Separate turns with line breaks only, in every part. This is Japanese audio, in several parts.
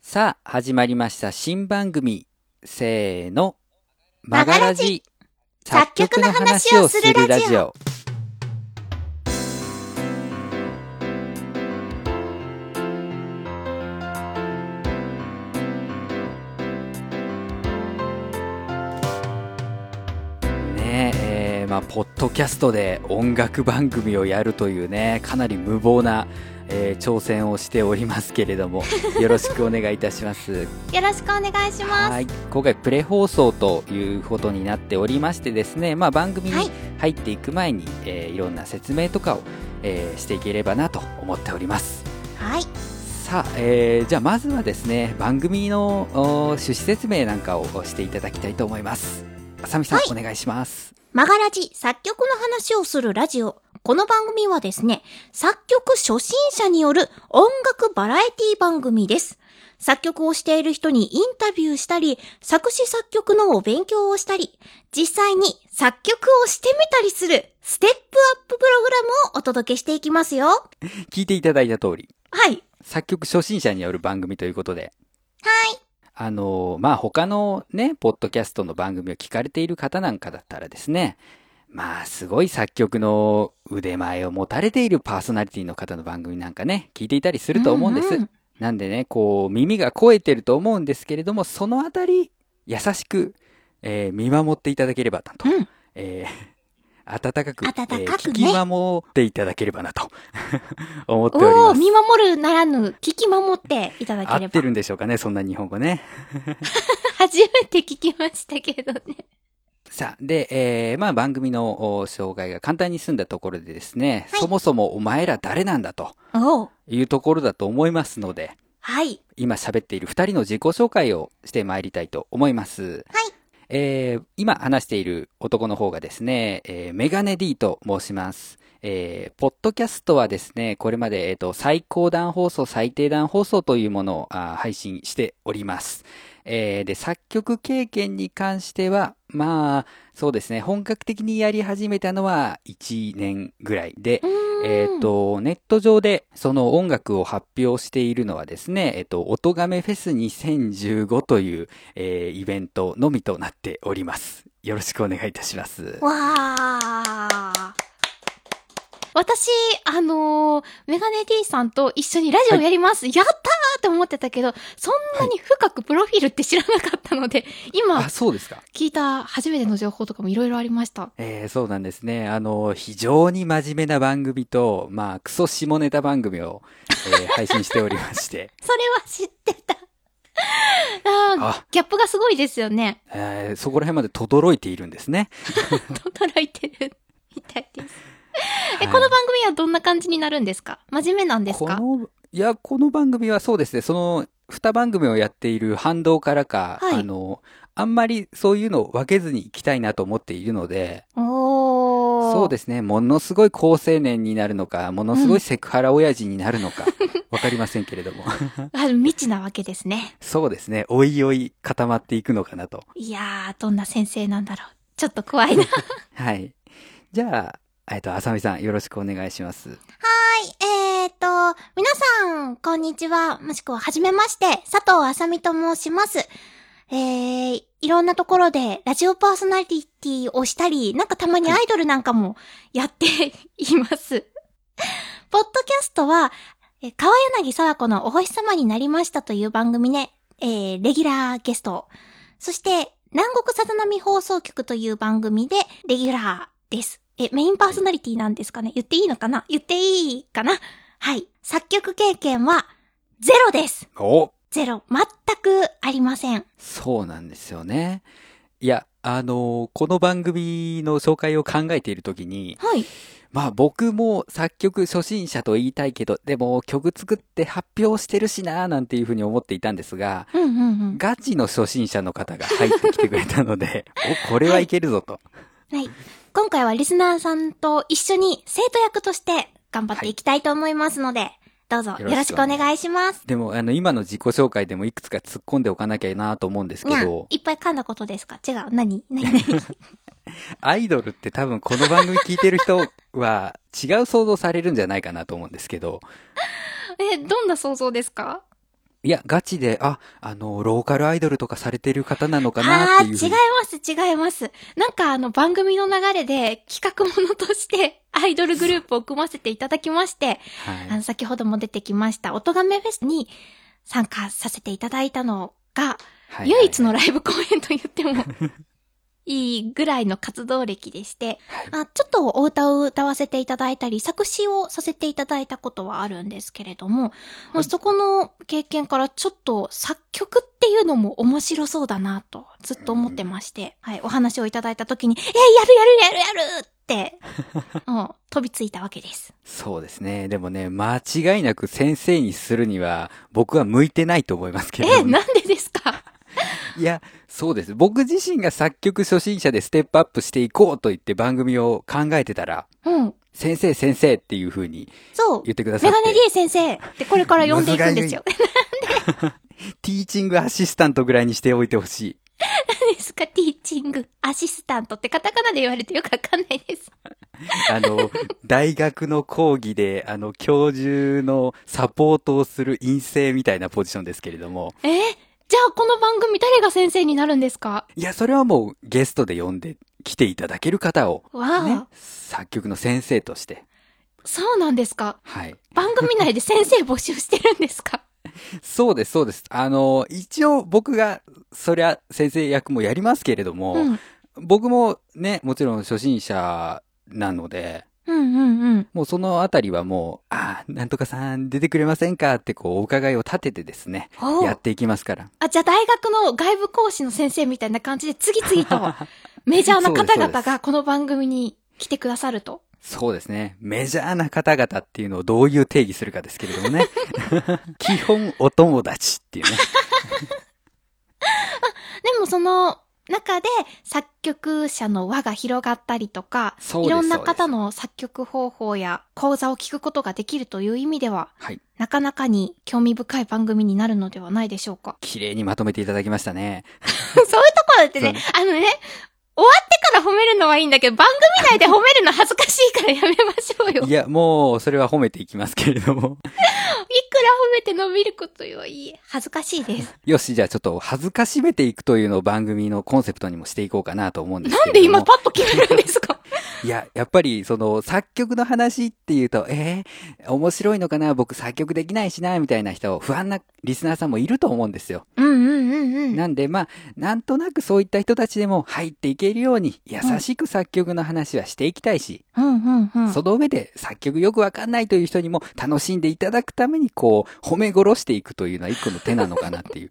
さあ、始まりました新番組。せーの。マ
マ
ガ
ガ
ラ
ラ
ジ
ジ。
作曲の話をするラジオ。ねええーまあ、ポッドキャストで音楽番組をやるというね、かなり無謀な、えー挑戦をしておりますけれども、よろしくお願いいたします。
よろしくお願いします。
はい今回プレ放送ということになっておりましてですね、まあ、番組
は
に
い
入っていく前に、いえーいろんな説明とかを、えーしていければなと思っております
はい。
さあ、えーじゃあまずはですね番組のお趣旨説明なんかをしていただきたいと思いますあさみさん、
は
お
い
願いします
マガラジ作曲の話をするラジオ。この番組はですね、作曲初心者による音楽バラエティ番組です。作曲をしている人にインタビューしたり、作詞作曲のお勉強をしたり、実際に作曲をしてみたりするステップアッププログラムをお届けしていきますよ。
聞いていただいた通り
はい。
作曲初心者による番組ということで。はい。あの、まあ、他のね、ポッドキャストの番組を聞かれている方なんかだったらですね、まあ、すごい作曲の腕前を持たれているパーソナリティの方の番組なんかね、聞いていたりすると思うんです。
うんうん
なんでね、こう、耳が肥えてると思うんですけれども、そのあたり、優しく、えー見守っていただければなと。
うん
えー温かく、
温かくね
えー聞き守っていただければなと 思っております。
おー、見守るならぬ、聞き守っていただけ
合
れ
って
ば。
るんでしょうかね、そんな日本語ね。
初めて聞きましたけどね。
さあ、で、えーまあ番組のお紹介が簡単に済んだところでですね、
はい
そもそもお前ら誰なんだと
おー。
いうところだと思いますので、
はい。
今喋っている2人の自己紹介をしてまいりたいと思います。
はい
えー今話している男の方がですね、えーメガネ D と申します。えーポッドキャストはですね、これまで、えーと最高段放送、最低段放送というものをあー配信しております。えーで、作曲経験に関しては、まあ、そうですね、本格的にやり始めたのは1年ぐらいで、えっ、、と、ネット上でその音楽を発表しているのはですね、えっ、と、音亀フェス2015という、えーイベントのみとなっております。よろしくお願いいたします。
わあ。私、あのーメガネ D さんと一緒にラジオやります、やったーって思ってたけど、そんなに深くプロフィールって知らなかったので、今
あ、そうですか。
聞いた初めての情報とかもいろいろありました。
えーそうなんですね。あの、非常に真面目な番組と、まあ、クソ下ネタ番組を、えー配信しておりま して。
それは知ってた。あー
あ、
ギャップがすごいですよね。
えーそこら辺まで轟いているんですね。
驚いてるみたいです。え、
はい
この番組はどんな感じになるんですか真面目なんですか
このいやこの番組はそうですねその2番組をやっている反動からか、
はい
あのあんまりそういうのを分けずにいきたいなと思っているので
おー。
そうですねものすごい高青年になるのかものすごいセクハラ親父になるの か、わかりませんけれども
あ未知なわけですね。
そうですねおいおい固まっていくのかなと
いやー、どんな先生なんだろう。ちょっと怖いな。はい。
はいじゃあえっとあさみさんよろしくお願いします
えーっと、皆さん、こんにちは。もしくは、はじめまして、佐藤あさみと申します。えー、いろんなところで、ラジオパーソナリティをしたり、なんかたまにアイドルなんかもやって います。ポッドキャストは、えー川柳沢子のお星様になりましたという番組で、えー、レギュラーゲスト。そして、南国さざ波放送局という番組で、レギュラーです。え、メインパーソナリティなんですかね言っていいのかな言っていいかなはい。作曲経験は、ゼロです。
お
ゼロ。全くありません。
そうなんですよねいやあのこの番組の紹介を考えているときに、
はい。
まあ僕も作曲初心者と言いたいけど、でも曲作って発表してるしなーなんていうふうに思っていたんですが、
うんうんうん。
ガチの初心者の方が入ってきてくれたの で、お、これはいけるぞと。
はい。今回はリスナーさんと一緒に生徒役として頑張っていきたいと思いますので、どうぞよろしくお願いします。
でも、あの、今の自己紹介でもいくつか突っ込んでおかなきゃなと思うんです
に
け
ゃん
ど、
いっぱい噛んだことですか違う。何 何何
アイドルって多分この番組聞いてる人は違う想像されるんじゃないかなと思うんですけど、
え、どんな想像ですか
いや、ガチで、あ、あの、ローカルアイドルとかされてる方なのかな
あ
って
あー、
い
違
う
い
ふうに。
ます、違います。なんかあの番組の流れで企画ものとして アイドルグループを組ませていただきまして、あ
は
の、
い。
先ほども出てきました、音がめフェスに参加させていただいたのが、
はい
唯一のライブ公演と言っ てもいいぐらいの活動歴でして、あちょっとお歌を歌わせていただいたり、作詞をさせていただいたことはあるんですけれども、まあそこの経験からちょっと作曲っていうのも面白そうだなとずっと思ってまして、はい、お話をいただいた時に、えーやるやるやるやる って、もう飛びついたわけです。
そうですね。でもね、間違いなく先生にするには、僕は向いてないと思いますけ
え
れど
ー
も。
なんでですか
いや、そうです。僕自身が作曲初心者でステップアップしていこうと言って番組を考えてたら、
うん。
先生先生っていう風に
そう。
言ってくださっ
メ
て。
ガネ D 先生ってこれから呼んでいくんですよ。
ティーチングアシスタントぐらいにしておいてほしい。
何ですかティーチング、アシスタントってカタカナで言われてよくわかんないです。
あ の、大学の講義で、あの、教授のサポートをする陰性みたいなポジションですけれども、
えーじゃあこの番組誰が先生になるんですか
いや、それはもうゲストで呼んで来ていただける方を、
わあ、
ね、作曲の先生として、
そうなんですか
はい。
番組内で先生募集してるんですか
そうです、そうです。あの、一応僕が、そりゃ先生役もやりますけれども、
うん。
僕もね、もちろん初心者なので、
うんうんうん。
もうそのあたりはもう、ああ、なんとかさん出てくれませんかってこう、お伺いを立ててですね、
お
や
う
っていきますから。
あ、じゃあ大学の外部講師の先生みたいな感じで次々 とメジャーな方
そうですそ
々
うで
がこの番組に来てくださると。
そうですね。メジャーな方々っていうのをどういう定義するかですけれども ね。基本お友達っていうね。
でもその中で作曲者の輪が広がったりとか、
そう
い
です
ろんな方の作曲方法や講座を聞くことができるという意味では、
はい。
なかなかに興味深い番組になるのではないでしょうか
綺麗にまとめていただきましたね。
そういうところってね
そ、
あのね、終わってから褒めるのはいいんだけど、番組内で褒めるの恥ずかしいからやめましょうよ。いく
い
ら
や、もう、それは褒めていきますけれど も。
褒めて伸びることよいい。恥ずかしいです。
よし、じゃあちょっと恥ずかしめていくというのを番組のコンセプトにもしていこうかなと思うんです
な
け
ん
れど
で
も。
今パッと決めるんですか
いや、やっぱり、その、作曲の話っていうと、えー、面白いのかな僕作曲できないしな、みたいな人、不安なリスナーさんもいると思うんですよ。
うんうんうんうん。
なんで、まあ、なんとなくそういった人たちでも入っていけるように、優しく作曲の話はしていきたいし、
うんうんうん。
その上で作曲よくわかんないという人にも楽しんでいただくために、こう、褒め殺していくというのは一個の手なのかなっていう。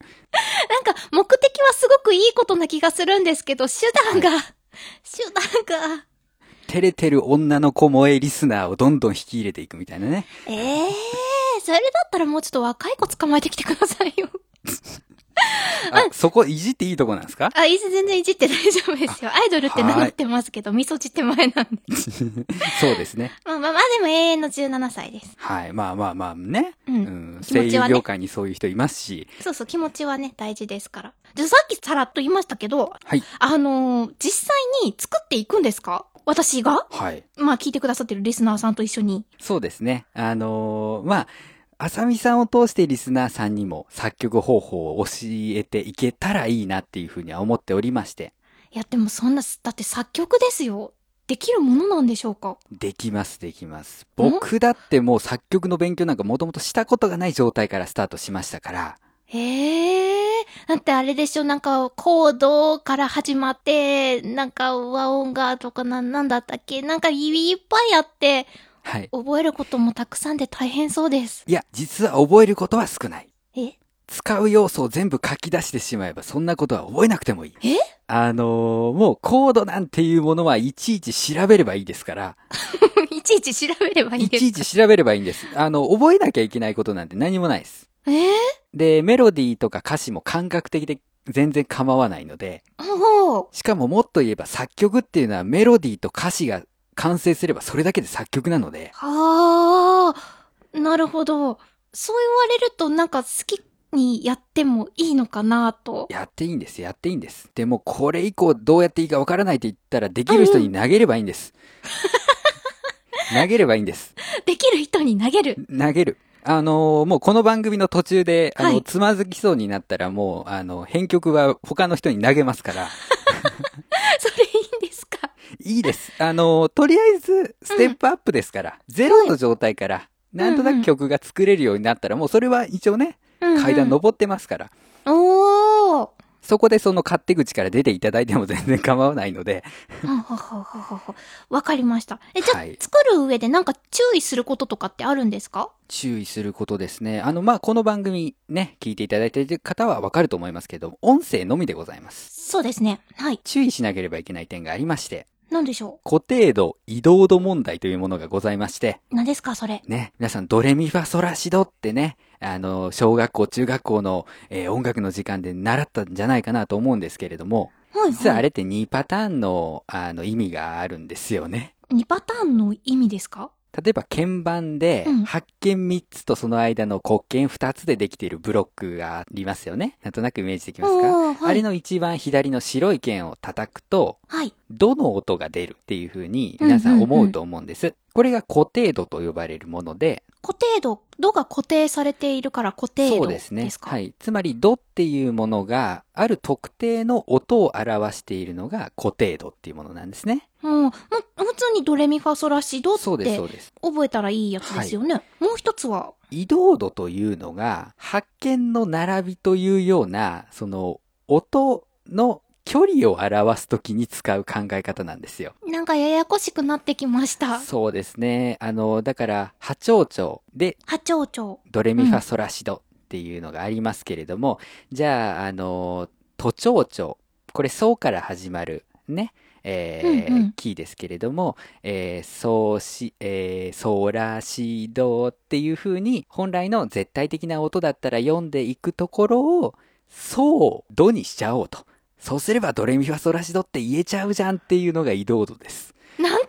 なんか、目的はすごくいいことな気がするんですけど、手段が、手段が、
照れてる女の子萌えリスナーをどんどん引き入れていくみたいな ね。
ええそれだったらもうちょっと若い子捕まえてきてくださいよ。
あ、そこいじっていいとこなんですか
あ、いい全然いじって大丈夫ですよ。アイドルって名乗ってますけど、味噌汁手前なん で。
そうですね。
まあまあまあでも永遠の17歳です。
はい。まあまあまあね。
う。
うんん、
気
声
持ちはね
優業界にそういう人いますし。
そうそう、気持ちはね、大事ですから。で、さっきさらっと言いましたけど、
はい。
あのー実際に作っていくんですか私が
はい。
まあ聞いてくださってるリスナーさんと一緒に。
そうですね。あのーまあ、あさみさんを通してリスナーさんにも作曲方法を教えていけたらいいなっていうふうには思っておりまして、
いや、でもそんな、だって作曲ですよ。できるものなんでしょうか
できます、できます。僕だってもう作曲の勉強なんかもともとしたことがない状態からスタートしましたから、
ええだってあれでしょ、なんか、コードから始まって、なんか、和音がとかな、なんだったっけなんか、いっぱいあって、
はい。
覚えることもたくさんで大変そうです。
いや、実は覚えることは少ない。
え
使う要素を全部書き出してしまえば、そんなことは覚えなくてもいい。
え
あのーもうコードなんていうものはいちいち調べればいいですから、
いちいち調べればいい
い
で
ち
す
い。ち調べればいいんです。あの、覚えなきゃいけないことなんて何もないです。
ええ
で、メロディーとか歌詞も感覚的で全然構わないので、
ほう。
しかももっと言えば作曲っていうのはメロディーと歌詞が完成すればそれだけで作曲なので、
はあ、なるほど。そう言われると、なんか、好きにやってもいいのかな と。
やっていいんです、やっていいんです。でも、これ以降どうやっていいかわからないって言ったら、できる人に投げればいいんです。投げればいいんです。
できる人に投げる。
投げる。あのーもうこの番組の途中で、あの、
はい
つまずきそうになったら、もう、あの、編曲は他の人に投げますから、
それいいんですか
いいです。あのーとりあえず、ステップアップですから、ゼロの状態から、なんとなく曲が作れるようになったら、もうそれは一応ね、
うんうん
階段登ってますから、
おー
そこでその勝手口から出ていただいても全然構わないので、
ははははは。わかりました。え、じゃあ、
はい
作る上でなんか注意することとかってあるんですか
注意することですね。あの、まあ、この番組ね、聞いていただいている方はわかると思いますけど、音声のみでございます。
そうですね。はい。
注意しなければいけない点がありまして、
なんでしょ
固定度、移動度問題というものがございまして、
う何ですかそれ。
ね、皆さんドレミファソラシドってね、あの、小学校、中学校の、えー音楽の時間で習ったんじゃないかなと思うんですけれども、
はい、
実は
は
あ
い。
れって2パターンの、あの、意味があるんですよね。
2パターンの意味ですか
例えば鍵盤で
うん、
発見3つとその間の黒鍵2つでできているブロックがありますよね。なんとなくイメージできますか、
おーはい、
あれの一番左の白い鍵を叩くと、
はい。
どの音が出るっていう風に皆さん思うと思うんです。これが固定度と呼ばれるもので、
固定度、度が固定されているから固定
そう
度
ですね。
ですか
はい。つまり、度っていうものが、ある特定の音を表しているのが固定度っていうものなんですね。
うん。もう、普通にドレミファソラシドっ
そうです、そ
て
うです。
覚えたらいいやつですよね。もう一つは、
移動度というのが、発見の並びというような、その、音の距離を表すときに使う考え方なんですよ。
なんかややこしくなってきました。
そうですね。あの、だから、波長長で
波長長。
ドレミファソラシドっていうのがありますけれども、じゃあ、あの、都庁長。これ、そうから始まる、ね、えー
うんうん
キーですけれども、えー、そうし、えー、ソラシドっていう風に、本来の絶対的な音だったら読んでいくところを、そう、ドにしちゃおうと。そうすればドレミファソラシドって言えちゃうじゃんっていうのが移動度です。
なん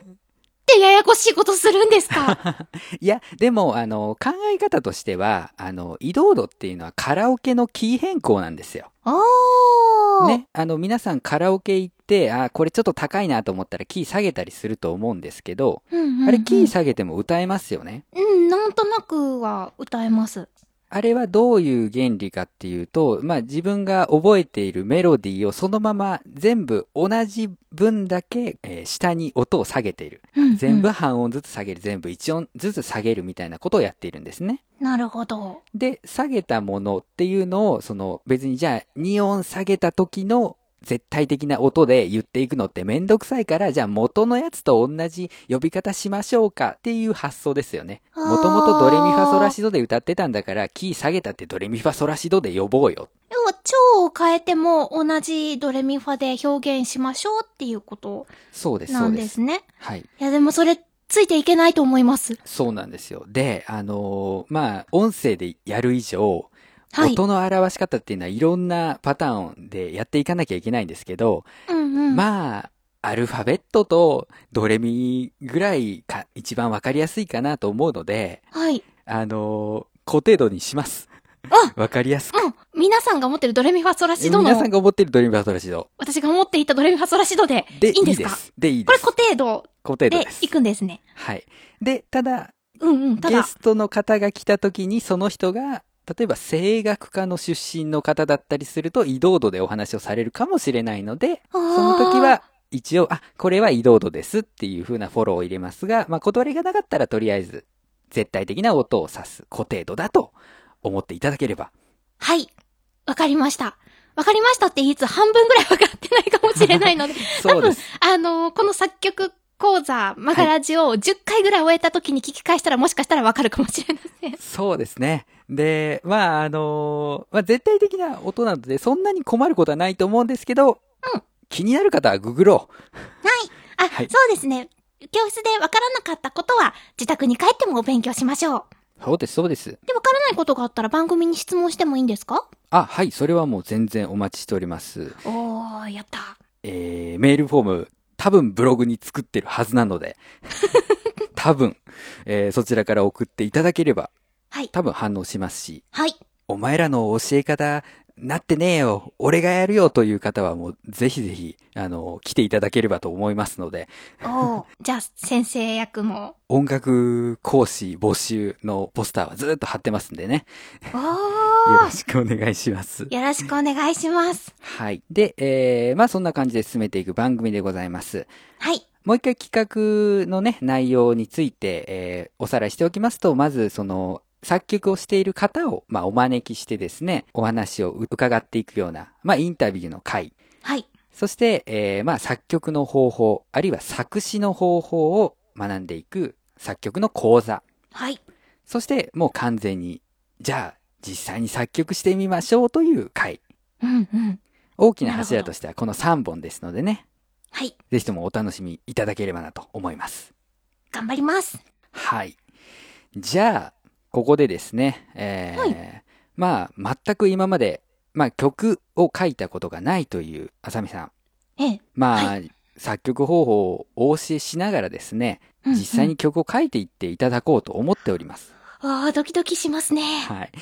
てややこしいことするんです か
いや、でも、あの、考え方としては、あの、移動度っていうのはカラオケのキー変更なんですよ。
おー。
ね。あの、皆さんカラオケ行って、あー、これちょっと高いなと思ったらキー下げたりすると思うんですけど、
うんうんうん
あれキー下げても歌えますよね。
うん、なんとなくは歌えます。
あれはどういう原理かっていうと、まあ、自分が覚えているメロディーをそのまま全部同じ分だけ、えー下に音を下げている。
うんうん
全部半音ずつ下げる、全部一音ずつ下げるみたいなことをやっているんですね。
なるほど。
で、下げたものっていうのを、その別にじゃあ2音下げた時の絶対的な音で言っていくのってめんどくさいから、じゃあ元のやつと同じ呼び方しましょうかっていう発想ですよね。
あー
もともとドレミファソラシドで歌ってたんだから、キー下げたってドレミファソラシドで呼ぼうよ。
要は、蝶を変えても同じドレミファで表現しましょうっていうこと
そうです、
な
そうんで。
ですすね。
はい。
いや、でもそれ、ついていけないと思います。
そうなんですよ。で、あのーまあ、音声でやる以上、
はい。
音の表し方っていうのはいろんなパターンでやっていかなきゃいけないんですけど、
うんうん。
まあ、アルファベットとドレミぐらいか、一番わかりやすいかなと思うので、
はい。
あのー、固定度にします。わかりやすく。
うん。皆さんが持ってるドレミファソラシド
皆さん
の、
が思っているドレミファソラシド。
私が持っていたドレミファソラシドで、
で、
いいんですか
で、いい
こ
で
れ
す。
固定度
固定度
で
です
い。くんですね。
はい。で、ただ、
うんうん。た
ゲ
だ、
ストの方が来た時に、その人が、例えば声楽家の出身の方だったりすると、移動度でお話をされるかもしれないので、
そ
その時、は、一応、あ、これは移動度ですっていう風なフォローを入れますが、まあ、断りがなかったらとりあえず、絶対的な音を指す固定度だと思っていただければ。
はい。わかりました。わかりましたって言いつつ半分ぐらいわかってないかもしれないので、
そうです。
あのーこの作曲講座、マガラジを10回ぐらい終えた時に聞き返したらもしかしたらわかるかもしれませ ん。
そうですね。で、まあ、あのまあ、絶対的な音なので、そんなに困ることはないと思うんですけど、
うん
気になる方はググろう。
あ、
はい
そうですね。教室でわからなかったことは自宅に帰ってもお勉強しましょう。
そうです、そうです。
で、わからないことがあったら番組に質問してもいいんですか
あ、はい、それはもう全然お待ちしております。
おー、やった。
えー、メールフォーム、多分ブログに作ってるはずなので、多分、えーそちらから送っていただければ、
はい
多分反応しますし、
はい。
お前らの教え方、なってねえよ、俺がやるよという方はもうぜひぜひ、あの、来ていただければと思いますので、
おう じゃあ、先生役も。
音楽講師募集のポスターはずっと貼ってますんでね、
お
よろ
ー
しくお願いします。
よろしくお願いします。
はい。で、えー、まあそんな感じで進めていく番組でございます。
はい。
もう一回企画のね、内容について、えーおさらいしておきますと、まずその、作曲をしている方を、まあ、お招きしてですね、お話を伺っていくような、まあ、インタビューの回。
はい。
そして、えーまあ、作曲の方法、あるいは作詞の方法を学んでいく作曲の講座。
はい。
そして、もう完全に、じゃあ、実際に作曲してみましょうという回。
うんうん。
大きな柱としてはこの3本ですのでね、
はい。
ぜひともお楽しみいただければなと思います。
頑張ります。
はい。じゃあ、ここでですね、えー
は
まあ、全く今まで、まあ、曲を書いたことがないという、あさみさん。
ええ。
まあ、
は
作曲方法をお教えしながらですね、
うんうん
実際に。曲を書いていっていただこうと思っております。
ああ、ドキドキしますね。
はい。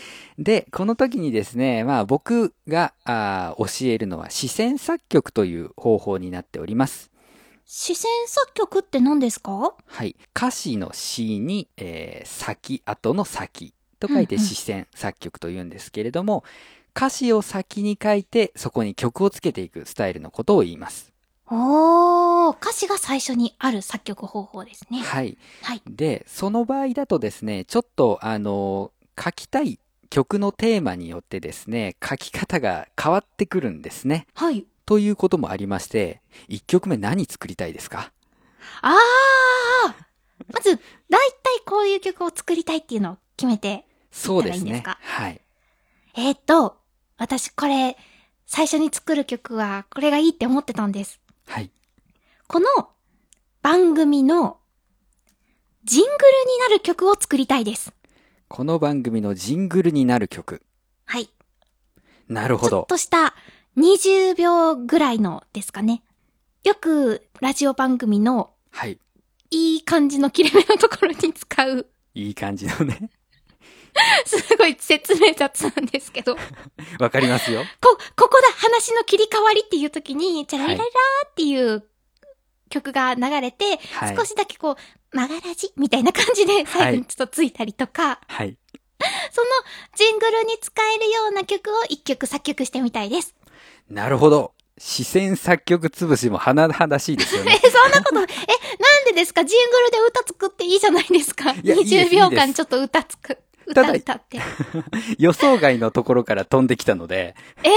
で、この時にですね、まあ、僕があー教えるのは、視線作曲という方法になっております。
視線作曲って何ですか
はい。歌詞の詞に、えー先、後の先と書いて
うんうん
視線作曲と言うんですけれども、歌詞を先に書いて、そこに曲をつけていくスタイルのことを言います。
おー、歌詞が最初にある作曲方法ですね。
はい。
はい。
で、その場合だとですね、ちょっと、あの、書きたい曲のテーマによってですね、書き方が変わってくるんですね。
はい。
ということもありまして、1曲目何作りたいですか
あーまず、だいたいこういう曲を作りたいっていうのを決めて。
そうです
いいんで
ね
す。か
はい。
えー、っと、私これ、最初に作る曲は、これがいいって思ってたんです。
はい。
この番組のジングルになる曲を作りたいです。
この番組のジングルになる曲。
はい。ち
なるほ
ょっ
ど。
とした20秒ぐらいのですかね。よくラジオ番組の
はい。
いい感じの切れ目のところに使う、
いい感じのね。
すごい説明雑なんですけど、こ、
わかりますよ。
ここだ話の切り替わりっていう時に、チャラリララーっていう曲が流れて、
はい。
少しだけこう、曲がらじみたいな感じで最後にちょっとついたりとか、
はい。
そのジングルに使えるような曲を一曲作曲してみたい です。
なるほど。視線作曲潰しも甚だしいですよ
え、
ね。
そんなこと、え、なんでですかジングルで歌作っていいじゃないですか。
やいいです
20秒間ちょっと歌つく。
ただ
歌歌って。
予想外のところから飛んできたので。
え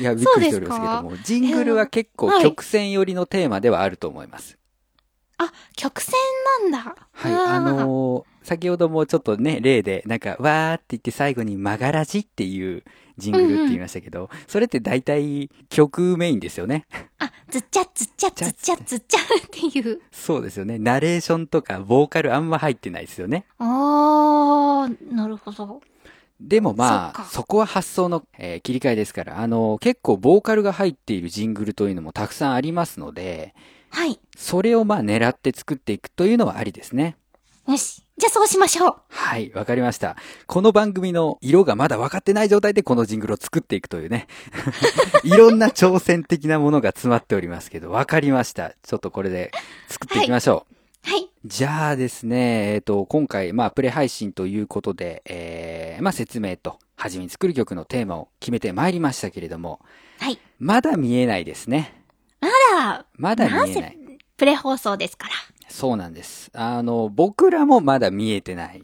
いや、びっくりしておりますけども、ジングルは結構
はい
曲線寄りのテーマではあると思います。
あ、曲線なんだ。
はい。
ー
あのー先ほどもちょっとね、例で、なんか、わーって言って最後に曲がらじっていうジングルって言いましたけど、それって大体曲メインですよね。
あ、ずっちゃずっちゃずっちゃずっちゃっていう。
そうですよね。ナレーションとかボーカルあんま入ってないですよね。
おー、なるほど。
でもま
そ
あ、
っか
そこは発想の、えー切り替えですから、あの、結構ボーカルが入っているジングルというのもたくさんありますので、
はい。
それをまあ狙って作っていくというのはありですね。
よし。じゃあそうしましょう。
はい、わかりました。この番組の色がまだ分かってない状態でこのジングルを作っていくという ね。いろんな挑戦的なものが詰まっておりますけど、わかりました。ちょっとこれで作っていきましょう。
はい。
じゃあですね、えっ、と、今回、まあ、プレ配信ということで、えー、まあ、説明と、はじめに作る曲のテーマを決めてまいりましたけれども、
はい。
まだ見えないですね。
ただ、
まだ見えない。
プレ放送ですから。
そうなんです。あの、僕らもまだ見えてない。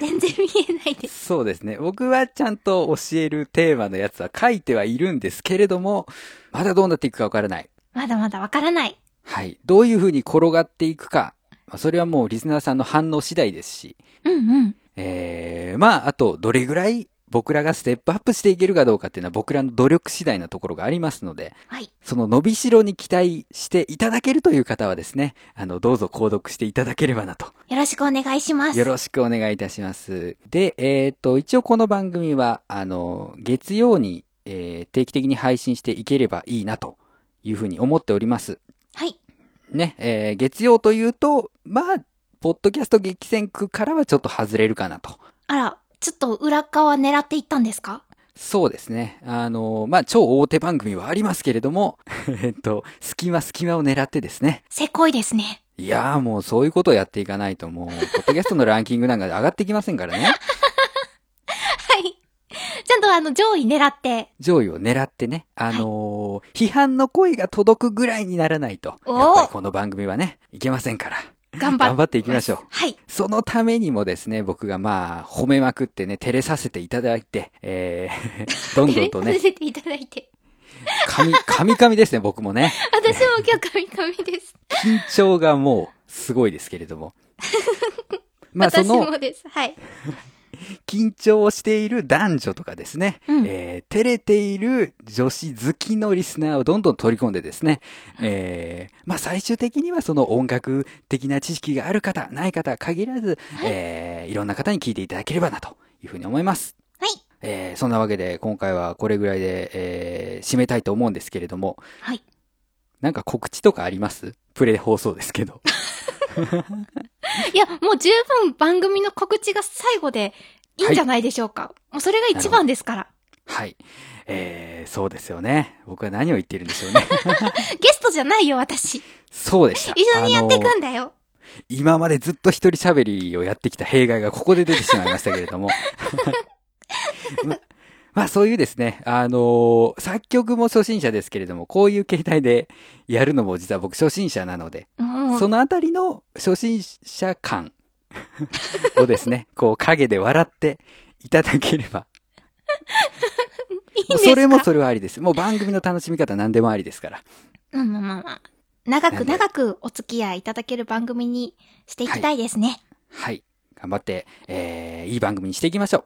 全然見えないです。
そうですね。僕はちゃんと教えるテーマのやつは書いてはいるんですけれども、まだどうなっていくかわからない。
まだまだわからない。
はい。どういう風に転がっていくか。まあそれはもうリスナーさんの反応次第ですし、
うんうん。
えー、まあ、あと、どれぐらい僕らがステップアップしていけるかどうかっていうのは僕らの努力次第なところがありますので、
はい。
その伸びしろに期待していただけるという方はですね、あの、どうぞ購読していただければなと。
よろしくお願いします。
よろしくお願いいたします。で、えっ、と、一応この番組は、あの、月曜に、えー定期的に配信していければいいなというふうに思っております。
はい。
ね、えー月曜というと、まあ、ポッドキャスト激戦区からはちょっと外れるかなと。
あら、ちょっと裏側狙っていったんですか
そうですね。あの、まあ、超大手番組はありますけれども、 えっと、隙間隙間を狙ってですね。
せこいですね。
いやーもうそういうことをやっていかないともう、ポッドキャストのランキングなんか上がってきませんから ね。
はい。ちゃんとあの、上位狙って。
上位を狙ってね、あのー批判の声が届くぐらいにならないと。
おー
やっぱりこの番組はね、いけませんから。
頑張っ
頑張っていきましょう。
はい。
そのためにもですね、僕がまあ、褒めまくってね、照れさせていただいて、え ー、どんどんと
さ
ね、
せていただいて。
神、神々ですね、僕もね。
私も今日カミカミです。
緊張がもう、すごいですけれど も。まあ、そ
私
の、
もです。はい。
緊張をしている男女とかですね、
うん
えー、照れている女子好きのリスナーをどんどん取り込んでですね、えー、まあ、最終的にはその音楽的な知識がある方、ない方限らず、えー、いろんな方に聞いていただければな、というふうに思います。
はい。
えーそんなわけで今回はこれぐらいで、えー締めたいと思うんですけれども、
はい。
なんか告知とかありますプレ放送ですけど。
いや、もう十分番組の告知が最後でいいんじゃないでしょうか。もうそれが一番ですから。
はい。えーそうですよね。僕は何を言っているんでしょうね。
ゲストじゃないよ、私。
そうでした。
一緒にやってい
あの
くんだよ。
今までずっと一人喋りをやってきた弊害がここで出てしまいましたけれども。 ままあそういうですね、あのー作曲も初心者ですけれども、こういう形態でやるのも実は僕初心者なので、
も、
そうのあたりの初心者感 をですね、こう影で笑っていただければ。
いいんですか
それもそれはありです。もう番組の楽しみ方何でもありですから。
うん、まあまあまあ。長
なん
く
で
長くお付き合いいただける番組にしていきたいですね。
はい。頑張って、えー、いい番組にしていきましょう。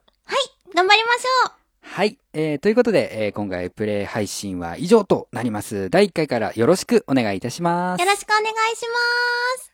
頑張りましょう
はい。えー、ということで、えー今回プレイ配信は以上となります。第1回からよろしくお願いいたします
よ。ろしくお願いします